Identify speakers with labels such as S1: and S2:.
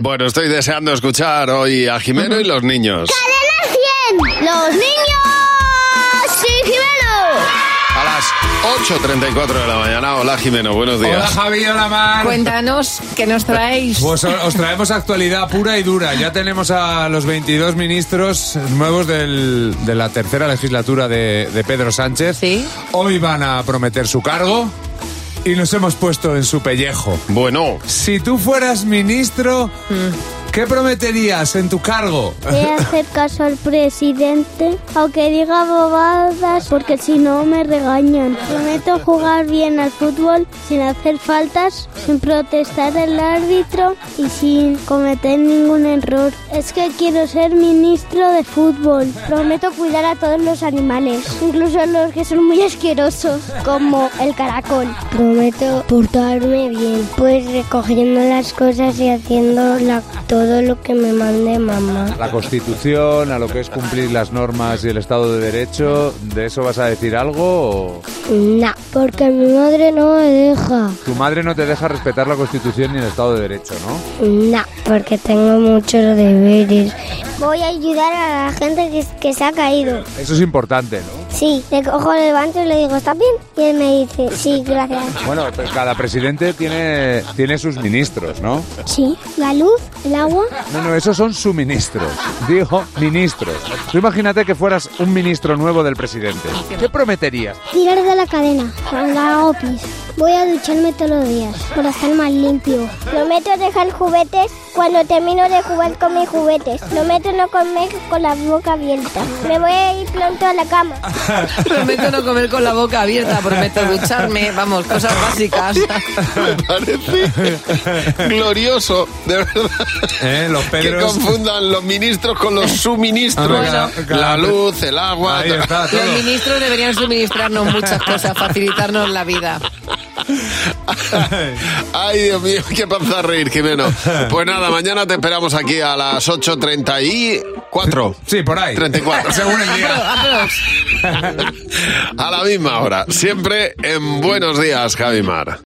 S1: Bueno, estoy deseando escuchar hoy a Jimeno y los niños.
S2: ¡Cadena 100! ¡Los niños! ¡Sí, Jimeno!
S1: A las 8.34 de la mañana. Hola Jimeno, buenos días.
S3: Hola Javi, hola Mar.
S4: Cuéntanos qué nos traéis.
S3: Pues o- os traemos actualidad pura y dura. Ya tenemos a los 22 ministros nuevos del- de la tercera legislatura de, de Pedro Sánchez.
S4: Sí.
S3: Hoy van a prometer su cargo y nos hemos puesto en su pellejo.
S1: Bueno,
S3: Si tú fueras ministro, ¿qué prometerías en tu cargo?
S2: Voy a hacer caso al presidente, aunque diga bobadas, porque si no me regañan. Prometo jugar bien al fútbol, sin hacer faltas, sin protestar al árbitro y sin cometer ningún error. Es que quiero ser ministro de fútbol. Prometo cuidar a todos los animales, incluso a los que son muy asquerosos, como el caracol. Prometo portarme bien, pues recogiendo las cosas y haciendo todo lo que me mande mamá.
S3: La Constitución, a lo que es cumplir las normas y el Estado de Derecho, ¿de eso vas a decir algo?
S2: No, porque mi madre no me deja.
S3: Tu madre no te deja respetar la Constitución ni el Estado de Derecho, ¿no?
S2: No, porque tengo muchos deberes. Voy a ayudar a la gente que, que se ha caído.
S3: Eso es importante, ¿no?
S2: Sí, le cojo, le levanto y le digo, ¿estás bien? Y él me dice, sí, gracias.
S3: Bueno, pues cada presidente tiene, tiene sus ministros, ¿no?
S2: Sí, la luz, el agua.
S3: No, no, esos son suministros. Digo, ministros. Tú imagínate que fueras un ministro nuevo del presidente. ¿Qué prometerías?
S2: Tirar de la cadena, la opis. Voy a ducharme todos los días para estar más limpio. Prometo dejar juguetes cuando termino de jugar con mis juguetes. Prometo no comer con la boca abierta. Me voy a ir pronto a la cama.
S4: Prometo no comer con la boca abierta, prometo ducharme, vamos, cosas básicas.
S1: me parece glorioso, de verdad.
S3: Eh, los
S1: Que
S3: Pedros.
S1: confundan los ministros con los suministros.
S3: Ah, bueno.
S1: La luz, el agua.
S3: Ahí está, todo.
S4: Los ministros deberían suministrarnos muchas cosas, facilitarnos la vida.
S1: Ay, Dios mío, qué panza a reír, Jimeno. Pues nada, mañana te esperamos aquí a las 8.34.
S3: Sí, por ahí.
S1: 34.
S3: Según el día.
S1: A la misma hora. Siempre en Buenos Días, Javimar.